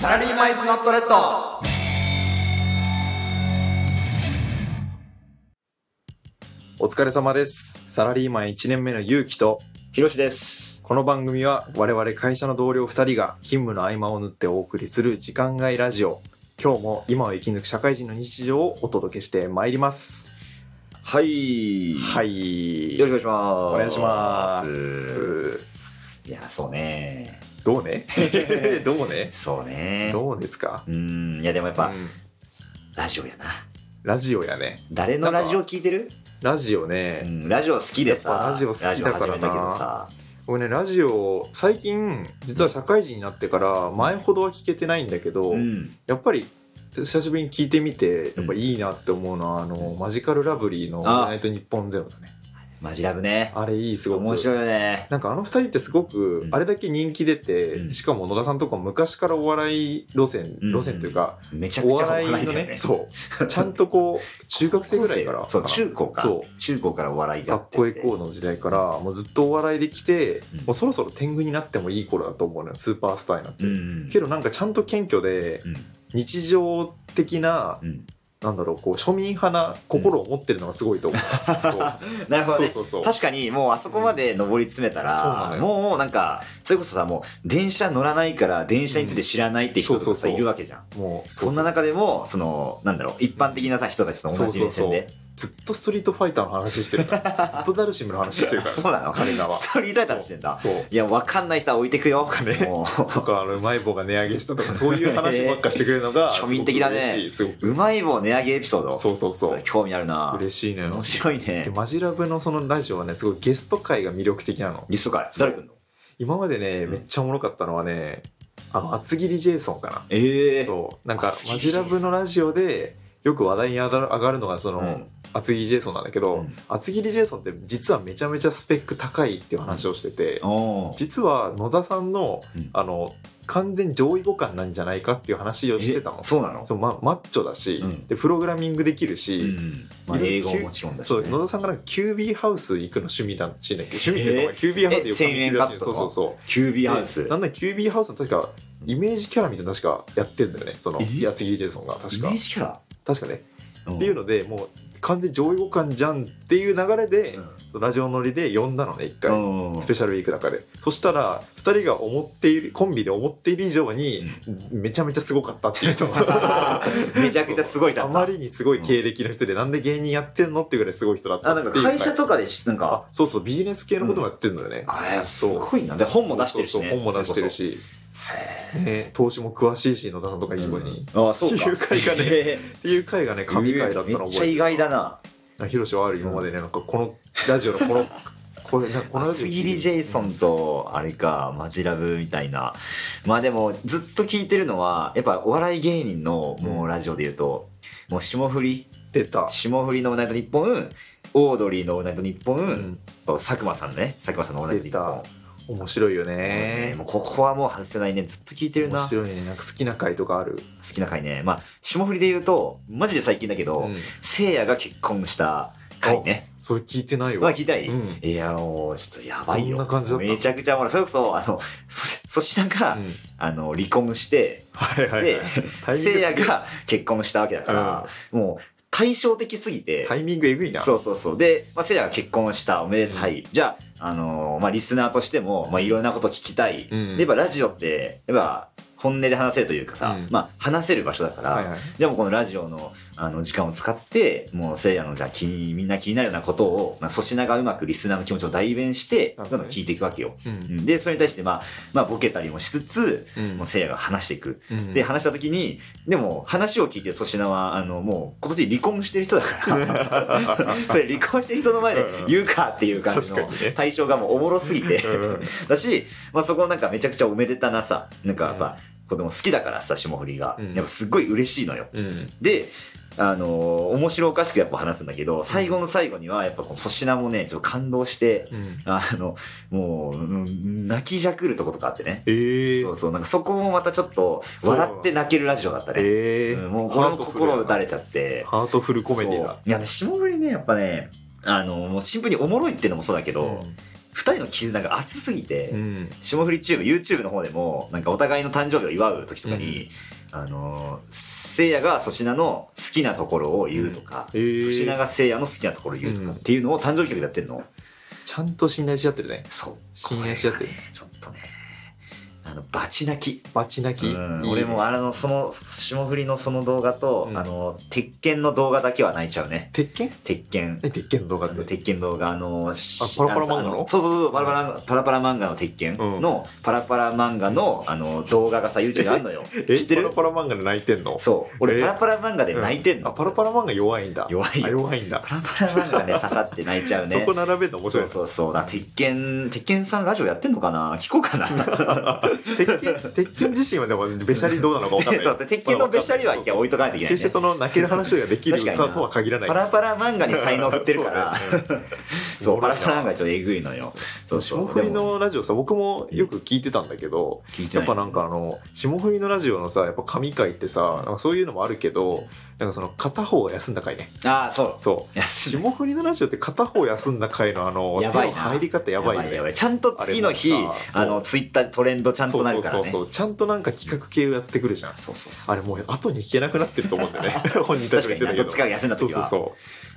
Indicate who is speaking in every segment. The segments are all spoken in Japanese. Speaker 1: サラリーマイズノットレッド
Speaker 2: お疲れ様です。サラリーマン1年目のゆうきと、
Speaker 3: ひろしです。
Speaker 2: この番組は我々会社の同僚2人が勤務の合間を縫ってお送りする時間外ラジオ。今日も今を生き抜く社会人の日常をお届けしてまいります。
Speaker 3: はい。。
Speaker 2: はいい。
Speaker 3: よろしくお
Speaker 2: お
Speaker 3: 願
Speaker 2: 願い
Speaker 3: い
Speaker 2: し
Speaker 3: し
Speaker 2: ま
Speaker 3: ます。
Speaker 2: す。
Speaker 3: いや、そうね。
Speaker 2: どうねどうね
Speaker 3: そうね。
Speaker 2: どうですか
Speaker 3: うーん。いや、でもやっぱ、
Speaker 2: うん
Speaker 3: ラジオやな。
Speaker 2: ラジオやね。
Speaker 3: 誰のラジオ聞いてる
Speaker 2: ラジオ
Speaker 3: う
Speaker 2: ね。
Speaker 3: ん。ラジオ好きで
Speaker 2: やっぱ
Speaker 3: さ。
Speaker 2: ラジオ好きだからな
Speaker 3: ラジオ始めたけどさ。
Speaker 2: 僕ね、ラジオ、最近、実は社会人になってから前ほどは聞けてないんだけど、
Speaker 3: うん。
Speaker 2: やっぱり久しぶりに聞いてみてやっぱいいなって思うのは、あのマジカルラブリーの「オールナイトニッポンゼロだね
Speaker 3: マジラブね。
Speaker 2: あれいいすごく
Speaker 3: 面白いよね。
Speaker 2: なんかあの二人ってすごく
Speaker 3: うん
Speaker 2: あれだけ人気出て、
Speaker 3: うん
Speaker 2: しかも野田さんとか昔からお笑い路線、
Speaker 3: うん
Speaker 2: 路線というか、
Speaker 3: めちゃくちゃ
Speaker 2: お笑いの
Speaker 3: だよ
Speaker 2: ね そうちゃんとこう中学生ぐらいから
Speaker 3: そう、中高か
Speaker 2: そ。
Speaker 3: 中高からお笑いがあ
Speaker 2: 学
Speaker 3: って
Speaker 2: 校へ行こうの時代からもうずっとお笑いできて、
Speaker 3: うん
Speaker 2: もうそろそろ天狗になってもいい頃だと思うのよスーパースターになって、
Speaker 3: うん。
Speaker 2: けどなんかちゃんと謙虚で
Speaker 3: うん。
Speaker 2: 日常的な
Speaker 3: うん。
Speaker 2: なんだろう、こう、庶民派な心を持ってるのがすごいと思う。
Speaker 3: なるほど
Speaker 2: そう
Speaker 3: ね
Speaker 2: そうそうそう。
Speaker 3: 確かにもうあそこまで上り詰めた
Speaker 2: そうな
Speaker 3: ら、
Speaker 2: のよ
Speaker 3: もうなんかそれこそさもう電車乗らないから電車について知らないって人と
Speaker 2: うん
Speaker 3: か
Speaker 2: そうそ
Speaker 3: さ
Speaker 2: うそう
Speaker 3: いるわけじゃん
Speaker 2: もう、
Speaker 3: そんな中でもそのなんだろう一般的なさ人たちと同じ目線で
Speaker 2: ずっとストリートファイターの話してるから。ずっとダルシムの話してる
Speaker 3: あ
Speaker 2: か
Speaker 3: そうなの
Speaker 2: 彼らは
Speaker 3: ストーリータイタルしてん
Speaker 2: ら。
Speaker 3: だ
Speaker 2: そう。
Speaker 3: いやわかんない人は置いてくよも
Speaker 2: とか、あの、うまい棒が値上げしたとか、そういう話ばっかしてくれるのが、
Speaker 3: 庶民的だね
Speaker 2: すごく
Speaker 3: ううまい棒値上げエピソード
Speaker 2: 嬉しい。そうそうそ
Speaker 3: そうれ。興味あるな
Speaker 2: 嬉しいのよ
Speaker 3: 面。白い
Speaker 2: で
Speaker 3: ね
Speaker 2: マジラブのそのラジオはね、すごいゲスト会が魅力的なの。
Speaker 3: リストから誰くんの
Speaker 2: 今までね、めっちゃおもろかったのはね、あの、厚切りジェイソンかな。
Speaker 3: ええ
Speaker 2: そうなんか
Speaker 3: 厚切
Speaker 2: マ
Speaker 3: り
Speaker 2: ジラブのラジオでよく話題に上がる上がるのがその、
Speaker 3: うん
Speaker 2: 厚切りジェイソンなんだけど、
Speaker 3: うん
Speaker 2: 厚切りジェイソンって実はめちゃめちゃスペック高いっていう話をしてて、
Speaker 3: おー
Speaker 2: 実は野田さんの,、
Speaker 3: うん
Speaker 2: あの完全上位互換なんじゃないかっていう話をしてたの
Speaker 3: えそうなの
Speaker 2: そう、ま、マッチョだし、
Speaker 3: うん
Speaker 2: でプログラミングできるし、
Speaker 3: うんまあ英語ももちろんだし
Speaker 2: そう
Speaker 3: ね
Speaker 2: 野田さんがなんかキュービーハウス行くの趣味だしね趣味っていうか
Speaker 3: え
Speaker 2: まあキュービーハウスよく
Speaker 3: え1000円
Speaker 2: るらしいよ
Speaker 3: カット
Speaker 2: そう
Speaker 3: の
Speaker 2: そうそう
Speaker 3: キュービーハウス
Speaker 2: でなんだキュービーハウスの確かイメージキャラみたいなの確かやってんだよねその
Speaker 3: え
Speaker 2: 厚切りジェイソンが確
Speaker 3: イ
Speaker 2: か
Speaker 3: メージキャラ
Speaker 2: 確かね、
Speaker 3: っ
Speaker 2: っていうのでもう完全上位互換じゃんっていう流れで、ラジオ乗りで呼んだのね一回、
Speaker 3: うん
Speaker 2: スペシャルウィークだからでそしたら2人が思っているコンビで思っている以上に、めちゃめちゃすごかったっていうその
Speaker 3: めちゃくちゃすごい人だ
Speaker 2: あ
Speaker 3: った
Speaker 2: まりにすごい経歴の人で、なんで芸人やってんのっていうぐらいすごい人だった
Speaker 3: あ
Speaker 2: っ
Speaker 3: な
Speaker 2: て
Speaker 3: いん
Speaker 2: う
Speaker 3: か会社とかでしなん
Speaker 2: あ
Speaker 3: か
Speaker 2: そうそうビジネス系のこともやってるのよね、
Speaker 3: あいやす
Speaker 2: そう
Speaker 3: ごいなで本も出してるし
Speaker 2: そう
Speaker 3: ね
Speaker 2: そうそう本も出してるし、ね、投資も詳しいし野田さんとか非常に、
Speaker 3: ああそうか
Speaker 2: っていう会がね
Speaker 3: へ
Speaker 2: っていう回がね
Speaker 3: ー
Speaker 2: 神回だったの
Speaker 3: めっちゃ
Speaker 2: 覚え
Speaker 3: 意
Speaker 2: て
Speaker 3: 外だな
Speaker 2: るヒロシはある今までねなんかこのラジオのこ のこれなんかこのラジオ
Speaker 3: 厚切りジェイソンとあれかマジラブみたいなまあでもずっと聞いてるのはやっぱお笑い芸人のもうラジオで言うともう霜降り
Speaker 2: 出た
Speaker 3: 霜降りの「オールナイトニッポン」オードリーの「オールナイトニッポン」
Speaker 2: ん
Speaker 3: と佐久間さんのね佐久間さんの「オールナイト
Speaker 2: 出
Speaker 3: ニッポン
Speaker 2: た」面白いよ
Speaker 3: えー
Speaker 2: ね
Speaker 3: もうここはもう外せないねずっと聞いてる
Speaker 2: 面
Speaker 3: な好
Speaker 2: 白いねなんか好きな回とかある
Speaker 3: きな回ねまあ霜降りで言うとマジで最近だけど、
Speaker 2: うん
Speaker 3: せいやが結婚した回ね
Speaker 2: それ聞いてない
Speaker 3: ま
Speaker 2: わ
Speaker 3: あ聞いたい、
Speaker 2: うん
Speaker 3: いやもうちょっとやばいよ
Speaker 2: どんな感じだった
Speaker 3: めちゃくちゃもうそれこそあのそ粗品が、
Speaker 2: うん
Speaker 3: あの離婚して
Speaker 2: はいはい
Speaker 3: で
Speaker 2: はい
Speaker 3: せいやが結婚したわけだから、もう対照的すぎて
Speaker 2: タイミングえぐいな
Speaker 3: そうそうそう。で、まあ、せいやが結婚した、おめでたい。じゃあ、あのーまあ、リスナーとしても、まあ、いろんなこと聞きたい。
Speaker 2: うん
Speaker 3: で、やっぱラジオって、やっぱ、本音で話せるというかさ、
Speaker 2: うん
Speaker 3: まあ、話せる場所だから、
Speaker 2: はいはい
Speaker 3: じゃあもうこのラジオの、あの、時間を使って、もうせいやの、じゃあ気に、みんな気になるようなことを、まあ、粗品がうまくリスナーの気持ちを代弁して、
Speaker 2: な
Speaker 3: ど
Speaker 2: る
Speaker 3: んど
Speaker 2: ほど
Speaker 3: ん
Speaker 2: ね
Speaker 3: 聞いていくわけよ。
Speaker 2: うん
Speaker 3: で、それに対して、まあ、まあ、ボケたりもしつつ、
Speaker 2: うん
Speaker 3: もうせいやが話していく。
Speaker 2: うん
Speaker 3: で、話した時に、でも、話を聞いて粗品は、あの、もう、今年離婚してる人だから、 それ離婚してる人の前で言うかっていう感じの
Speaker 2: 確かにね
Speaker 3: 対象がもうおもろすぎて
Speaker 2: うん、
Speaker 3: だし、まあそこなんかめちゃくちゃおめでたなさ、なんかやっぱ、子供好きだからさ、霜降りが
Speaker 2: うん、
Speaker 3: やっぱすっごい嬉しいのよ。
Speaker 2: うん
Speaker 3: で、あのー面白おかしくやっぱ話すんだけど、最後の最後には、やっぱこの粗品もね、ちょっと感動して、
Speaker 2: うん
Speaker 3: あの、もう、うん泣きじゃくるとことかあってね。
Speaker 2: えー
Speaker 3: そうそう、なんかそこもまたちょっと、
Speaker 2: そう
Speaker 3: 笑って泣けるラジオだったね。
Speaker 2: え
Speaker 3: う
Speaker 2: ー
Speaker 3: んもうこれも心を打た
Speaker 2: れ
Speaker 3: れちゃって。
Speaker 2: ハートフルコメディだ
Speaker 3: そういやね、霜降りね、やっぱね、あの、もうシンプルにおもろいっていうのもそうだけど、
Speaker 2: うん
Speaker 3: 二人の絆が熱すぎて、
Speaker 2: うん
Speaker 3: 霜降りチューブ YouTube の方でもなんかお互いの誕生日を祝う時とかに、あのーせいやが粗品の好きなところを言うとか
Speaker 2: うんへー
Speaker 3: 粗品、がせいやの好きなところを言うとかっていうのを誕生日企画でやってるの
Speaker 2: ちゃんと信頼し合ってるね
Speaker 3: そう
Speaker 2: 信頼し合ってる
Speaker 3: これがねちょっとねあのバチ泣き
Speaker 2: バチ泣き、
Speaker 3: うん
Speaker 2: いいね
Speaker 3: 俺もあのその霜降りのその動画と、
Speaker 2: うん
Speaker 3: あの鉄拳の動画だけは泣いちゃうね
Speaker 2: 鉄拳
Speaker 3: 鉄拳
Speaker 2: え鉄拳の動画
Speaker 3: あ
Speaker 2: っ
Speaker 3: の
Speaker 2: て
Speaker 3: 鉄拳動画あのし
Speaker 2: パラパラ漫画の
Speaker 3: あそうそうそうパラパラパラパラ漫画の鉄拳のパラパラ漫画のあの動画がさ YouTube にあんのよ
Speaker 2: え
Speaker 3: 知ってる
Speaker 2: パラパラ漫画で泣いてんの
Speaker 3: そう
Speaker 2: え
Speaker 3: 俺パラパラ漫画で泣いてん
Speaker 2: あ
Speaker 3: の
Speaker 2: パラパラ漫画弱いんだ
Speaker 3: 弱いよ
Speaker 2: あ弱いんだ
Speaker 3: パラパラ漫画で刺さって泣いちゃう
Speaker 2: そ
Speaker 3: ね
Speaker 2: こ並べるの
Speaker 3: そ
Speaker 2: 面白いうね
Speaker 3: そうそうだから鉄拳鉄拳さんラジオやってんのかな聞こうか な
Speaker 2: 鉄 拳鉄拳自身はでもべしゃりどうなのか分かんない
Speaker 3: そう鉄拳のべしゃりは一回置いとかないといけない、ね、
Speaker 2: 決してその泣ける話ができる
Speaker 3: 確かに
Speaker 2: か
Speaker 3: な
Speaker 2: とは限らない
Speaker 3: パラパラ漫画に才能振ってるから
Speaker 2: そうだよね
Speaker 3: そうパラパラ漫画ちょっとえぐいのよそうそう
Speaker 2: 霜降り
Speaker 3: でも
Speaker 2: のラジオさ僕もよく聞いてたんだけど、
Speaker 3: 聞いて
Speaker 2: や
Speaker 3: な
Speaker 2: っ
Speaker 3: い
Speaker 2: ぱなんかあの霜降りのラジオのさやっぱ神回ってさなんかそういうのもあるけどなんかその片方休んだ回ね
Speaker 3: ああそう
Speaker 2: そう
Speaker 3: 休
Speaker 2: 霜降りのラジオって片方休んだ回のあの
Speaker 3: やばい
Speaker 2: 手
Speaker 3: な
Speaker 2: の入り方やばいよね
Speaker 3: ちゃんと次の日
Speaker 2: あれもさそう
Speaker 3: あのツイッターでトレンドちゃんとなるからね
Speaker 2: そうそうそうそうちゃんとなんか企画系をやってくるじゃん
Speaker 3: そうそうそう
Speaker 2: あれもう後に引けなくなってると思うんだよね 本人たちも言ってた
Speaker 3: 確かに
Speaker 2: けど
Speaker 3: どっちかが休んだ時は
Speaker 2: そうそうそ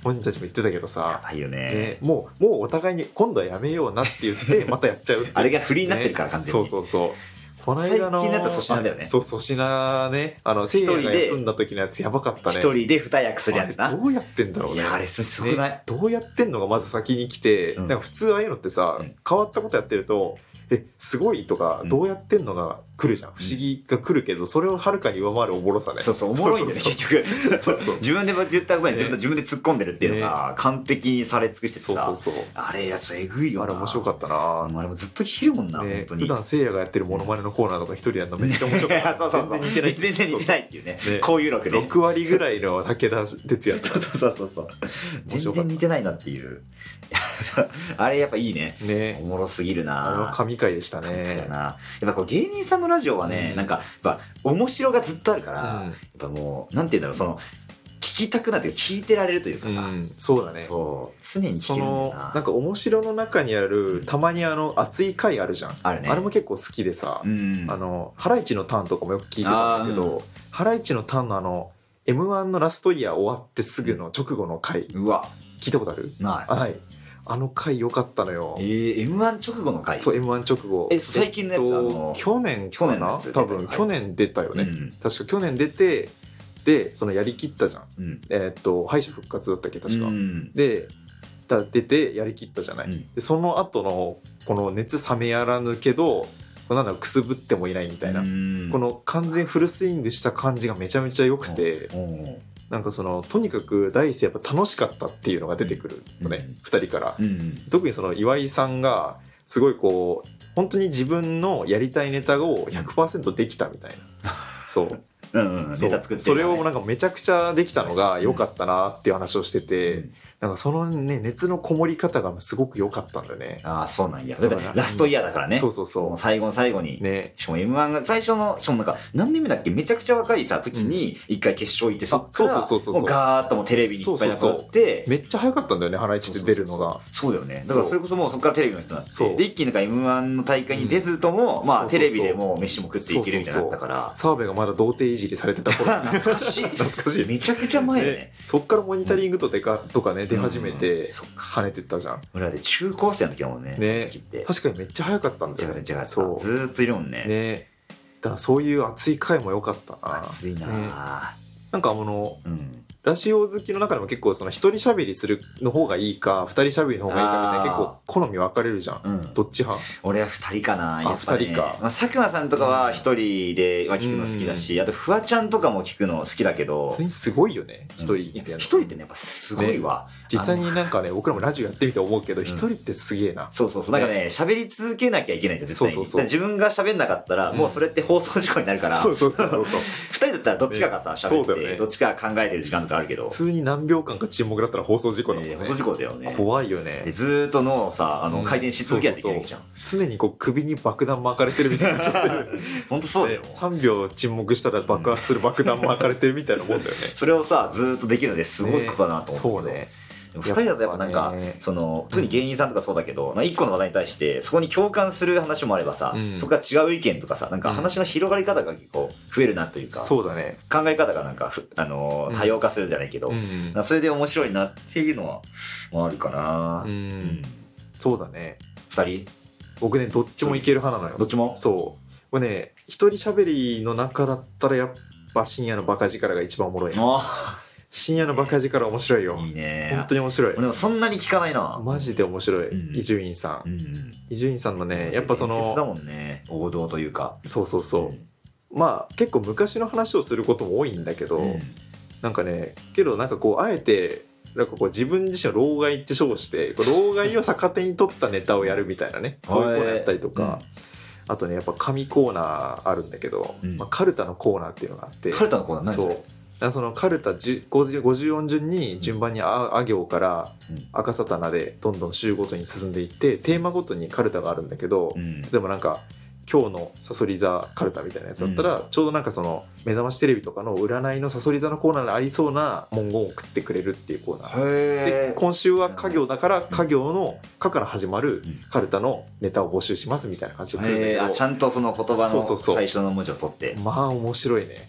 Speaker 2: う本人たちも言ってたけど
Speaker 3: や
Speaker 2: さ、
Speaker 3: ばいよね
Speaker 2: ね、もうもうお互いに今度はやめようなって言って またやっちゃうっていう
Speaker 3: あれが不利になってるから
Speaker 2: ね
Speaker 3: 完全に
Speaker 2: そうそうそうこの間の
Speaker 3: 最近のやつは粗品だよね
Speaker 2: そう粗品ねあの聖
Speaker 3: 人で
Speaker 2: 夜が休んだ時のやつやばかったね
Speaker 3: 一人で二役するやつ
Speaker 2: あれ
Speaker 3: な
Speaker 2: どうやってんだろう
Speaker 3: い
Speaker 2: ね
Speaker 3: やあれすすごくない、
Speaker 2: ねどうやってんのがまず先に来て、
Speaker 3: うん
Speaker 2: なんか普通ああいうのってさ、
Speaker 3: うん
Speaker 2: 変わったことやってると「えすごい」とか、
Speaker 3: うん
Speaker 2: どうやってんのが来るじゃん不思議が来るけどそれをはるかに上回るおもろさね
Speaker 3: そうそうおもろいんだよね
Speaker 2: そうそう
Speaker 3: 結局
Speaker 2: そうそう
Speaker 3: 自分で言ったことに自分
Speaker 2: ね
Speaker 3: で自分で突っ込んでるっていうのが完璧にされ尽くしてて
Speaker 2: そう
Speaker 3: さ
Speaker 2: そうそう
Speaker 3: あれやつえぐいよ
Speaker 2: あ
Speaker 3: な
Speaker 2: れ面白
Speaker 3: っ
Speaker 2: かったな、
Speaker 3: あれもずっと聞けるもんな、
Speaker 2: ね
Speaker 3: 本、当に
Speaker 2: 普段せいやがやってるモノマネのコーナーとか一人やるのめっちゃ面白かっ た
Speaker 3: そうそうそう
Speaker 2: 全然似てない
Speaker 3: 全然似てないっていうね
Speaker 2: ね
Speaker 3: こういう録ね
Speaker 2: 6割ぐらいの武田鉄矢と
Speaker 3: そうそうそうそう
Speaker 2: 面
Speaker 3: 全
Speaker 2: 白かった
Speaker 3: 然似てないなっていう あれやっぱいいねお
Speaker 2: ね
Speaker 3: もろすぎる
Speaker 2: あれは
Speaker 3: な
Speaker 2: 神回でした
Speaker 3: だよ
Speaker 2: ね
Speaker 3: なやっぱこう芸人さんのラジオはね、
Speaker 2: うん
Speaker 3: なんかやっぱ面白がずっとあるから、
Speaker 2: うん
Speaker 3: やっぱもうなんて言うんだろうその聞きたくなっていうか聞いてられるというか
Speaker 2: う
Speaker 3: さ、
Speaker 2: んそうだね
Speaker 3: そう常に聞
Speaker 2: そ
Speaker 3: けるんだよ
Speaker 2: の
Speaker 3: な
Speaker 2: なんか面白の中にあるたまにあの熱い回あるじゃん
Speaker 3: あるね
Speaker 2: あれも結構好きでさ、
Speaker 3: うん
Speaker 2: あのハライチのターンとかもよく聞いてたんだけ
Speaker 3: あーう
Speaker 2: どハライチのターンのあの m 1のラストイヤー終わってすぐの直後の回
Speaker 3: うわ
Speaker 2: 聞いたことある
Speaker 3: ない
Speaker 2: はいあの回良かったのよ
Speaker 3: えー、m 1直後の回
Speaker 2: そう m 1直後
Speaker 3: えそう最近のやつ
Speaker 2: えっと
Speaker 3: あの
Speaker 2: 去年
Speaker 3: 去
Speaker 2: か
Speaker 3: 年のや
Speaker 2: な
Speaker 3: つ
Speaker 2: 多分
Speaker 3: はい
Speaker 2: 去年出たよね、
Speaker 3: うん
Speaker 2: 確か去年出てでそのやりきったじゃん
Speaker 3: うん
Speaker 2: えっと敗者復活だったっけ確か、
Speaker 3: うん
Speaker 2: でだ出てやりきったじゃない、
Speaker 3: うん
Speaker 2: でその後のこの熱冷めやらぬけどこうなんだろうくすぶってもいないみたいな、
Speaker 3: うん
Speaker 2: この完全フルスイングした感じがめちゃめちゃ良くて、
Speaker 3: うん
Speaker 2: なんかそのとにかく第一声やっぱ楽しかったっていうのが出てくるのね、
Speaker 3: うん
Speaker 2: 2人から、
Speaker 3: うん
Speaker 2: 特にその岩井さんがすごいこう本当に自分のやりたいネタを100%できたみたいな そう
Speaker 3: うんうん
Speaker 2: そ
Speaker 3: ネ
Speaker 2: う
Speaker 3: タ作ってるからね
Speaker 2: それをなんかめちゃくちゃできたのが良かったなっていう話をしてて、なんかそのね熱のこもり方がすごく良かったんだよね。
Speaker 3: ああそうなんや
Speaker 2: そうだな
Speaker 3: だからラストイヤーだからね
Speaker 2: そうそうそ
Speaker 3: もう最後の最後に
Speaker 2: う。ね。
Speaker 3: しかも m 1が最初のしかもなんか何年目だっけめちゃくちゃ若いさ時に一回決勝行ってそっから
Speaker 2: そうそうそうそうそ
Speaker 3: も
Speaker 2: う
Speaker 3: うガーッともうテレビにいっぱいなくなって
Speaker 2: めっちゃ早かったんだよね、ハライチって出るのが。
Speaker 3: そうだよねだからそれこそもうそっからテレビの人になっ
Speaker 2: そ
Speaker 3: て
Speaker 2: う
Speaker 3: で一気になんか m 1の大会に出ずとも、
Speaker 2: うん
Speaker 3: ま
Speaker 2: そ
Speaker 3: あ
Speaker 2: うそうそう
Speaker 3: テレビでもう飯も食っていけるみたいになったから
Speaker 2: 澤部がまだ童貞いじりされてた頃
Speaker 3: 懐かしい
Speaker 2: 懐かしい
Speaker 3: めちゃくちゃ前だよね
Speaker 2: そっからモニタリングとでかとかね、出始め
Speaker 3: う
Speaker 2: て、
Speaker 3: んそっか
Speaker 2: 跳ねてったじゃん。
Speaker 3: 裏で中高生の時だもんね
Speaker 2: ね
Speaker 3: その時って
Speaker 2: 確かにめっちゃ早かったん
Speaker 3: め
Speaker 2: だ
Speaker 3: ちゃ
Speaker 2: よ
Speaker 3: く
Speaker 2: ね。
Speaker 3: ちゃ違ったず
Speaker 2: そう。
Speaker 3: ーっといるもんね
Speaker 2: ね。だからそういう熱い回も良かったな。
Speaker 3: 熱いな
Speaker 2: ね
Speaker 3: あ
Speaker 2: なんかあの、
Speaker 3: うん
Speaker 2: ラジオ好きの中でも結構その一人喋りするの方がいいか、二人喋りの方がいいかみたいな
Speaker 3: あー
Speaker 2: 結構好み分かれるじゃん。
Speaker 3: うん
Speaker 2: どっち派
Speaker 3: 俺は2人かなやっぱ、ね、
Speaker 2: 二人か
Speaker 3: まあ、佐久間さんとかは1人では聞くの好きだし、あとフワちゃんとかも聞くの好きだけど
Speaker 2: 普通にすごいよね、一人
Speaker 3: いや
Speaker 2: でやるの
Speaker 3: 一人ってねやっぱすごいわ、
Speaker 2: 実際
Speaker 3: あの
Speaker 2: になんかね僕らもラジオやってみて思うけど
Speaker 3: ん
Speaker 2: 一、人ってすげえな
Speaker 3: そうそうそうなんかね喋り続けなきゃいけないじゃん絶対に
Speaker 2: そうそうそう
Speaker 3: だから自分が喋んなかったら、もうそれって放送事故になるから
Speaker 2: そうそうそうそう
Speaker 3: 2人だったらどっちかがさ
Speaker 2: ね
Speaker 3: 喋っ
Speaker 2: そう
Speaker 3: て、
Speaker 2: だよね
Speaker 3: どっちかが考えてる時間とかあるけど
Speaker 2: 普、通に何秒間か沈黙だったら放送事故だもんね、
Speaker 3: えー放送事故だよね
Speaker 2: 怖いよ
Speaker 3: で
Speaker 2: ね
Speaker 3: ずーっと脳をさあの回転し続けなきゃいけないわけじゃん、
Speaker 2: そうそうそう常にこう首に爆弾巻かれてるみたいになっちゃってる
Speaker 3: ほんとそうだよ、
Speaker 2: 3秒沈黙したら 爆発する爆弾巻かれてるみたいなもんだよね
Speaker 3: それをさずーっとできるのですごいことだなと思うけど
Speaker 2: ねそうね
Speaker 3: でも2人だとやっぱなん
Speaker 2: やっ
Speaker 3: か、
Speaker 2: ぱね
Speaker 3: その特に芸人さんとかそうだけど、まあ、1個の話題に対してそこに共感する話もあればさ、
Speaker 2: うん
Speaker 3: そこから違う意見とかさなんか話の広がり方が結構増えるなというか、
Speaker 2: そうだね。
Speaker 3: 考え方がなんかふ、あのー
Speaker 2: うん
Speaker 3: 多様化するじゃないけど、
Speaker 2: うん
Speaker 3: なそれで面白いなっていうのは、まあ、あるかな、
Speaker 2: う
Speaker 3: うんん、
Speaker 2: そうだね。
Speaker 3: 2人
Speaker 2: 僕ね、どっちもいける派なの
Speaker 3: ど
Speaker 2: よ。
Speaker 3: っちも
Speaker 2: そう。これね、一人喋りの中だったらやっぱ深夜のバカ力が一番おもろい。
Speaker 3: あ
Speaker 2: 深夜のバカ力面白いよ
Speaker 3: ー。いいね
Speaker 2: 本当に面白い
Speaker 3: 俺。もそんなに聞かないな、
Speaker 2: マジで面白
Speaker 3: うん
Speaker 2: い。伊集院さ。
Speaker 3: うんん
Speaker 2: 伊集院さんの
Speaker 3: うん
Speaker 2: ね、やっぱそ
Speaker 3: 伝説だ
Speaker 2: の、
Speaker 3: もんね王道というか
Speaker 2: そうそうそう。まあ結構昔の話をすることも多いんだけど、
Speaker 3: うん
Speaker 2: なんかね、けどなんかこう、あえて、なんかこう自分自身を老害って称して、こう老害を逆手に取ったネタをやるみた いなね、そういうコーナーやったりとか、あとね、やっぱ紙コーナーあるんだけど、
Speaker 3: うん
Speaker 2: まあ、カルタのコーナーっていうのがあって、
Speaker 3: カルタのコーナー何
Speaker 2: そ
Speaker 3: そ
Speaker 2: う。だ
Speaker 3: れ
Speaker 2: からそのカルタ10 50 54順に順番にああ行から
Speaker 3: うん
Speaker 2: 赤サタナでどんどん週ごとに進んでいってテーマごとにカルタがあるんだけど、
Speaker 3: うん
Speaker 2: でもなんか今日のサソリ座カルタみたいなやつだったら、ちょうどなんかその目覚ましテレビとかの占いのサソリ座のコーナーにありそうな文言を送ってくれるっていうコーナー。
Speaker 3: へ
Speaker 2: で
Speaker 3: え
Speaker 2: 今週は家業だから家業の「家」から始まるカルタのネタを募集しますみたいな感じで来るんだけ
Speaker 3: へー
Speaker 2: ど
Speaker 3: あちゃんとその言葉
Speaker 2: そうそうそ
Speaker 3: の
Speaker 2: う
Speaker 3: 最初の文字を取って
Speaker 2: まあ面白いね
Speaker 3: へ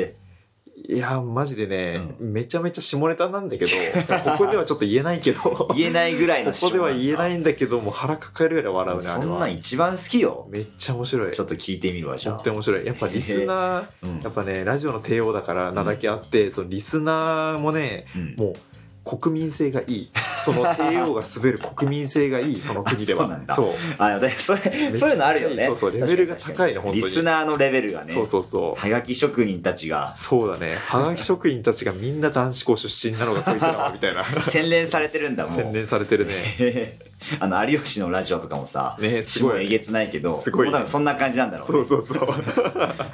Speaker 3: え
Speaker 2: いやマジでね、めちゃめちゃ下ネタな んだけどここではちょっと言えないけどこ
Speaker 3: 言えないぐらいの
Speaker 2: こでは言えないいんだけどもう腹抱えるぐらい笑うねあ
Speaker 3: そ
Speaker 2: れ
Speaker 3: んな
Speaker 2: は
Speaker 3: ん一番好きよ
Speaker 2: めっちゃ面白い
Speaker 3: ちょっと聞いてみるわじゃ
Speaker 2: 本
Speaker 3: あ
Speaker 2: 当に面白いやっぱリスナー
Speaker 3: うん
Speaker 2: やっぱねラジオの帝王だから名だけあって、そのリスナーもね
Speaker 3: うん
Speaker 2: もう国民性がいいその帝王が滑る国民性がい いその国では
Speaker 3: そうなんだ
Speaker 2: そう
Speaker 3: あでもそれ
Speaker 2: めっちゃ
Speaker 3: そういうのあるよね
Speaker 2: そうそうレベルが高いの
Speaker 3: 確か
Speaker 2: 本
Speaker 3: に
Speaker 2: 当に
Speaker 3: リスナーのレベルがね
Speaker 2: そうそうそう
Speaker 3: はがき職人たちが
Speaker 2: そうだねはがき職員たちがみんな男子校出身なのがこいつらはみたいな
Speaker 3: 洗練されてるんだもん
Speaker 2: 洗練されて るね
Speaker 3: へーあの有吉のラジオとかもさ、
Speaker 2: ねすご
Speaker 3: 下
Speaker 2: い
Speaker 3: えげつないけど、
Speaker 2: すごい
Speaker 3: もう多分そんな感じなんだろうね、
Speaker 2: そうそうそう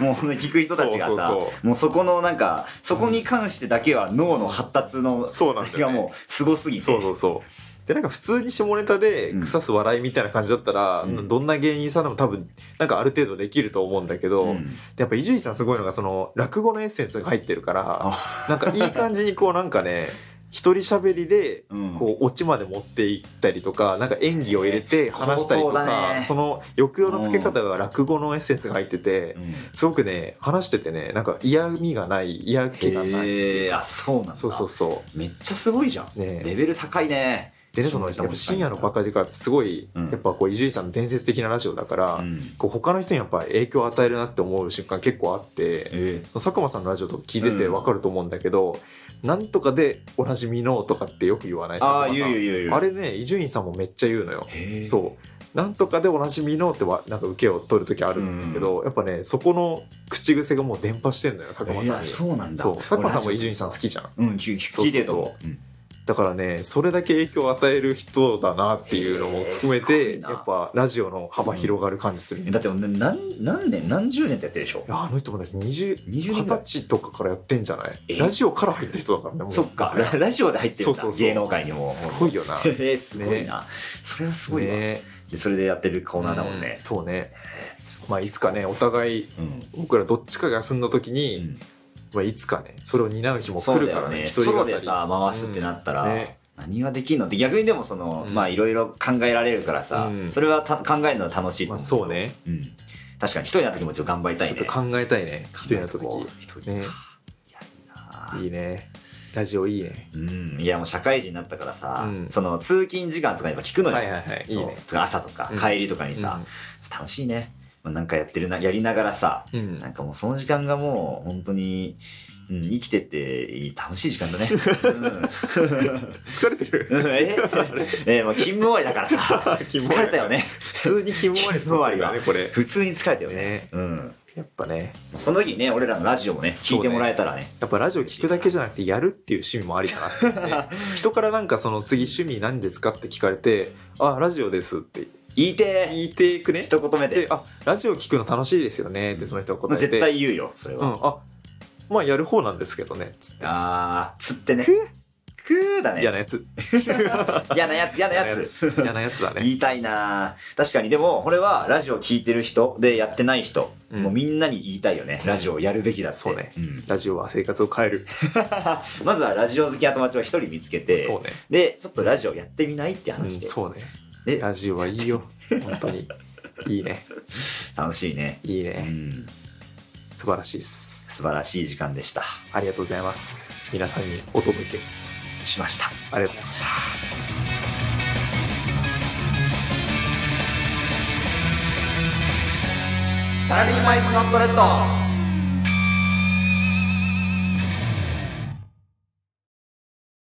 Speaker 3: もう聞く人たちがさ
Speaker 2: そうそうそ
Speaker 3: もうそこのなんか、そこに関してだけは脳の発達の、
Speaker 2: そうなんだよね
Speaker 3: がもうすごすぎて。
Speaker 2: そうそうそうでなんか普通に下ネタで
Speaker 3: うん
Speaker 2: 腐す笑いみたいな感じだったら、
Speaker 3: うん
Speaker 2: どんな芸人さんでも多分なんかある程度できると思うんだけど、
Speaker 3: うん
Speaker 2: でやっぱ伊集院さんすごいのがその落語のエッセンスが入ってるから
Speaker 3: あ
Speaker 2: なんかいい感じにこうなんかね一人喋りで
Speaker 3: うん
Speaker 2: こうオチまで持っていったりとかなんか演技を入れて話したりと
Speaker 3: 高等だ
Speaker 2: か、
Speaker 3: ね
Speaker 2: その抑揚のつけ方が落語のエッセンスが入ってて、
Speaker 3: うん
Speaker 2: すごくね話しててねなんか嫌味がない嫌気がない
Speaker 3: へえ、あ、そうなんだ。
Speaker 2: そうそうそう
Speaker 3: めっちゃすごいじゃん。
Speaker 2: ねえ
Speaker 3: レベル高いね。
Speaker 2: でねそのやっぱ深夜のバカ力ってすごい、
Speaker 3: うん
Speaker 2: やっぱこう伊集院さんの伝説的なラジオだから、
Speaker 3: うん
Speaker 2: こう他の人にやっぱ影響を与えるなって思う瞬間結構あって、
Speaker 3: え
Speaker 2: その佐久間さんのラジオとか聞いててわかると思うんだけど、なんとかでおなじみのとかってよく言わない
Speaker 3: ああ、
Speaker 2: 佐
Speaker 3: 言
Speaker 2: 久間さ
Speaker 3: うん言う言う言う。
Speaker 2: あれね伊集院さんもめっちゃ言うのよ。
Speaker 3: へえ
Speaker 2: そうなんとかでおなじみのってわなんか受けを取る時あるんだけど、やっぱねそこの口癖がもう伝播してんのよ佐久間
Speaker 3: い
Speaker 2: さん
Speaker 3: や、
Speaker 2: に。
Speaker 3: そうなんだ。
Speaker 2: そう佐久間さんも伊集
Speaker 3: 俺
Speaker 2: 院さん好きじゃん。
Speaker 3: うん、聞聞聞いてると思う。うん
Speaker 2: だからねそれだけ影響を与える人だなっていうのも含め
Speaker 3: へーすご
Speaker 2: て
Speaker 3: いな
Speaker 2: やっぱラジオの幅広がる感じする、
Speaker 3: え
Speaker 2: いや
Speaker 3: だってもう何、何年、何十年ってやってるでしょ。
Speaker 2: あの人もだって
Speaker 3: 20年
Speaker 2: 20 20
Speaker 3: ぐらい
Speaker 2: 歳とかからやってんじゃない、
Speaker 3: えー
Speaker 2: ラジオから入ってる人だからねもう
Speaker 3: そっか、ララジオで入ってるんだ、
Speaker 2: そうそうそう
Speaker 3: 芸能界にも。
Speaker 2: すごいよな
Speaker 3: へえすごいな。それはすごいわ、
Speaker 2: ね
Speaker 3: でそれでやってるコーナーだもんね
Speaker 2: う。そうねまあいつかねお互い
Speaker 3: うん。
Speaker 2: 僕らどっちかが休んだ時に、
Speaker 3: うん
Speaker 2: まあ、いつかねそれを担う日も来
Speaker 3: そう
Speaker 2: る
Speaker 3: だ
Speaker 2: か
Speaker 3: よ
Speaker 2: らね
Speaker 3: ね。
Speaker 2: 一
Speaker 3: ソ
Speaker 2: 人語
Speaker 3: ロ
Speaker 2: り
Speaker 3: でさ、回すってなったら、
Speaker 2: うんね
Speaker 3: 何ができるのって逆にでもその、
Speaker 2: うん
Speaker 3: まあいろいろ考えられるからさ、
Speaker 2: うん
Speaker 3: それはた考えるのは楽しいと
Speaker 2: まあ、
Speaker 3: 思う。
Speaker 2: そうね
Speaker 3: うん。確かに一人になった時もちょっと頑張りたい
Speaker 2: ちょ
Speaker 3: ね。
Speaker 2: っと考えたいね一人になった時
Speaker 3: 考えとこう一人か
Speaker 2: ねいいねラジオいいね
Speaker 3: うん、いやもう社会人になったからさ、
Speaker 2: うん
Speaker 3: その通勤時間とかやっぱ聞くのよ、
Speaker 2: はいはいはいいいね
Speaker 3: そう朝とか
Speaker 2: うん
Speaker 3: 帰りとかにさ、楽しいね、まあ、なんかやってるなやりながらさ、
Speaker 2: うん
Speaker 3: なんかもうその時間がもう本当に、うん、生きてていい楽しい時間 だね、
Speaker 2: 疲れてる
Speaker 3: うん、 ええもう勤務終わりだからさ
Speaker 2: 勤務終わ
Speaker 3: 疲れ
Speaker 2: り
Speaker 3: たよね
Speaker 2: 普通に勤務 終わりだねこれ
Speaker 3: 普通に疲れたよね
Speaker 2: ね
Speaker 3: うん
Speaker 2: やっぱね
Speaker 3: その時にね俺らのラジオもね聞いてもらえたらね
Speaker 2: やっぱラジオ聞くだけじゃなくてやるっていう趣味もありだなって思 って人からなんかその次趣味何ですかって聞かれて「あラジオです」って
Speaker 3: 言いて
Speaker 2: 言ってく
Speaker 3: ー
Speaker 2: ね
Speaker 3: 一言目
Speaker 2: で
Speaker 3: で
Speaker 2: 「あラジオ聞くの楽しいですよね」ってその人が答えて
Speaker 3: 絶対言うよそれ
Speaker 2: う
Speaker 3: は、
Speaker 2: んあまあやる方なんですけどね」つって
Speaker 3: あーつってねくーだね。
Speaker 2: 嫌なやつ
Speaker 3: 嫌なやつ、嫌なやつ。
Speaker 2: 嫌なやつだね
Speaker 3: 言いたいなぁ確かに、でも、これはラジオ聞いてる人でやってない人、
Speaker 2: うん
Speaker 3: もうみんなに言いたいよね。ラジオやるべきだって。
Speaker 2: そうね
Speaker 3: ん
Speaker 2: ラジオは生活を変える
Speaker 3: まずはラジオ好きな友達を一人見つけて、
Speaker 2: そうね
Speaker 3: で、ちょっとラジオやってみないって
Speaker 2: うん
Speaker 3: 話して、
Speaker 2: そうね
Speaker 3: で
Speaker 2: ラジオはいいよ本当にいいね
Speaker 3: 楽しいね。
Speaker 2: いいうね
Speaker 3: ん。
Speaker 2: 素晴らしいです
Speaker 3: 素晴らしい時間でした。
Speaker 2: ありがとうございます皆さんにお届け
Speaker 3: しました。
Speaker 2: ありがとうございました
Speaker 1: サラリーマンイズノットレッド